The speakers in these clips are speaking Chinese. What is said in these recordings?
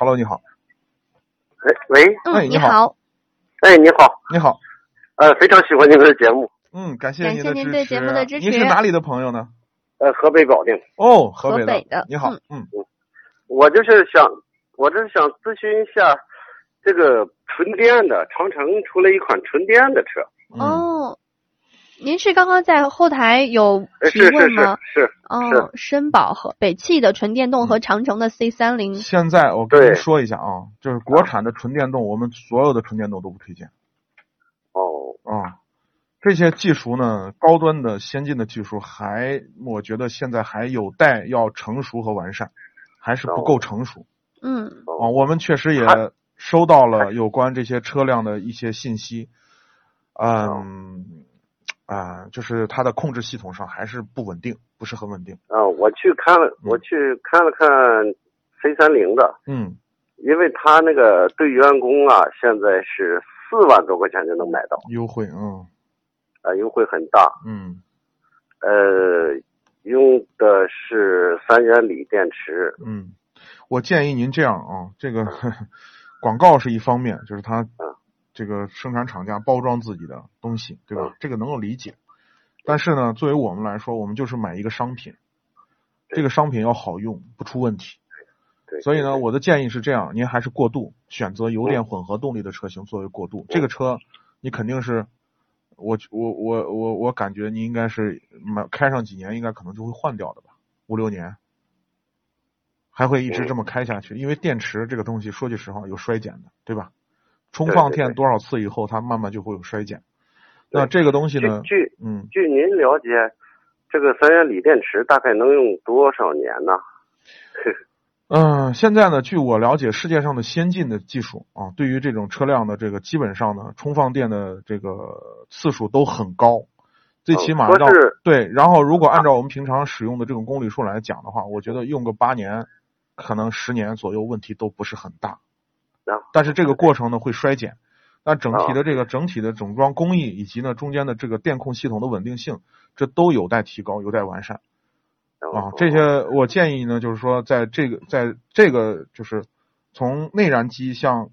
Hello，你好。喂喂，哎嗯，你你好好，哎，你好，你好，呃，非常喜欢你们的节目，嗯，感谢感您谢的您支对持。节目的支您持是哪里的朋友呢？呃，河北保定，哦，河河北北的你好，嗯，我就是想，我就是想咨询一下，这个纯电的，长城出了一款纯电的车，嗯哦，您是刚刚在后台有哎呃，提是是问吗？是是，哦，绅宝和北汽的纯电动嗯和长城的 C 三零，现在我跟对您说一下啊，就是国产的纯电动，我们所有的纯电动都不推荐哦，啊。这些技术呢，高端的先进的技术还，我觉得现在还有待要成熟和完善，还是不够成熟嗯啊。哦我们确实也还收到了有关这些车辆的一些信息，嗯，啊、就是它的控制系统上还是不稳定，不是很稳定。啊、我去看了，我去看了看 C 三零的，嗯，因为它那个对员工啊，现在是四万多块钱就能买到，优惠，嗯啊、优惠很大，嗯呃，用的是三元锂电池，嗯，我建议您这样啊，这个广告是一方面，就是它嗯这个生产厂家包装自己的东西，对吧嗯？这个能够理解。但是呢，作为我们来说，我们就是买一个商品，对这个商品要好用，不出问题。对，所以对呢，对嗯我的建议是这样：您还是过渡，选择油电混合动力的车型作为过渡。这个车，你肯定是，我我我我我感觉你应该是买开上几年，应该可能就会换掉的吧，五六年，还会一直嗯这么开下去。因为电池这个东西，说句实话，有衰减的，对吧？充对放对电对多少次以后，它慢慢就会有衰减。那对这个东西呢，据据嗯，据您了解，这个三元锂电池大概能用多少年呢？嗯，现在呢，据我了解，世界上的先进的技术啊，对于这种车辆的这个基本上呢，充放电的这个次数都很高，最起码哦要、说是对。然后，如果按照我们平常使用的这种公里数来讲的话，我觉得用个八年，可能十年左右问题都不是很大。啊，但是这个过程呢会衰减。那整体啊的这个整体的整装工艺以及呢中间的这个电控系统的稳定性，这都有待提高，有待完善啊哦。这些我建议呢，就是说在这个在这个就是从内燃机向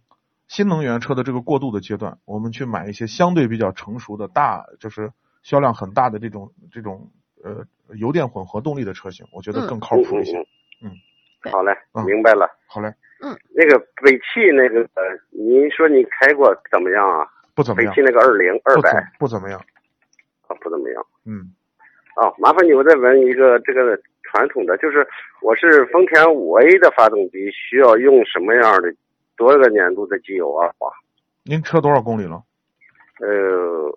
新能源车的这个过渡的阶段，我们去买一些相对比较成熟的大，就是销量很大的这种这种呃油电混合动力的车型，我觉得嗯更靠嗯谱一些。嗯嗯嗯，好嘞嗯，明白了。好嘞，那个北汽那个，呃您说你开过怎么样啊？不怎么北样汽，那个二零二不百怎不怎么样，啊，不怎么样嗯啊。麻烦你，我再问一个这个传统的，就是我是丰田五 A 的发动机，需要用什么样的多少个粘度的机油啊？哇您车多少公里了？呃，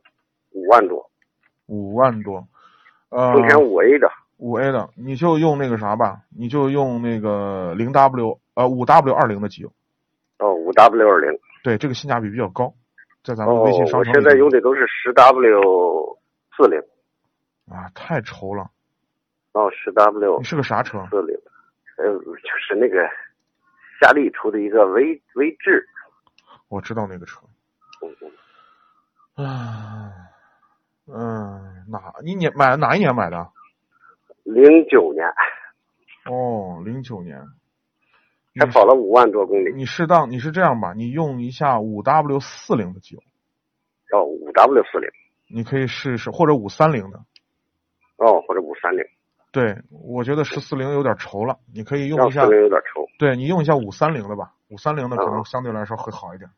五万多，五万多，呃，丰田五 A 的五 A 的，你就用那个啥吧，你就用那个零 W 呃五 W 二零的机油，哦，五 W 二零。对，这个性价比比较高，在咱们哦微信，商我城现在里用的都是十 W 四零，啊，太稠了。哦，十 W 你是个啥车？四零，呃，就是那个夏利出的一个威威志，我知道那个车嗯嗯啊，嗯，哪一年买哪一年买的？零九年哦，零九年。还你跑了五万多公里，你适当你是这样吧，你用一下五 W 四零的机油，哦，五 W 四零，你可以试试，或者五三零的。哦，或者五三零，对，我觉得十四零有点稠了，你可以用幺一哦四下零有点稠，对你用一下五三零的吧，五三零的可能嗯相对来说会好一点。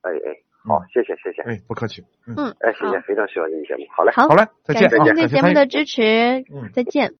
哎哎，好谢谢谢谢，哎，不客气。嗯，嗯，哎谢谢，非常喜欢你的节目，好嘞。好好，嘞，再见感谢啊！您对感谢节目参与的支持嗯，再见。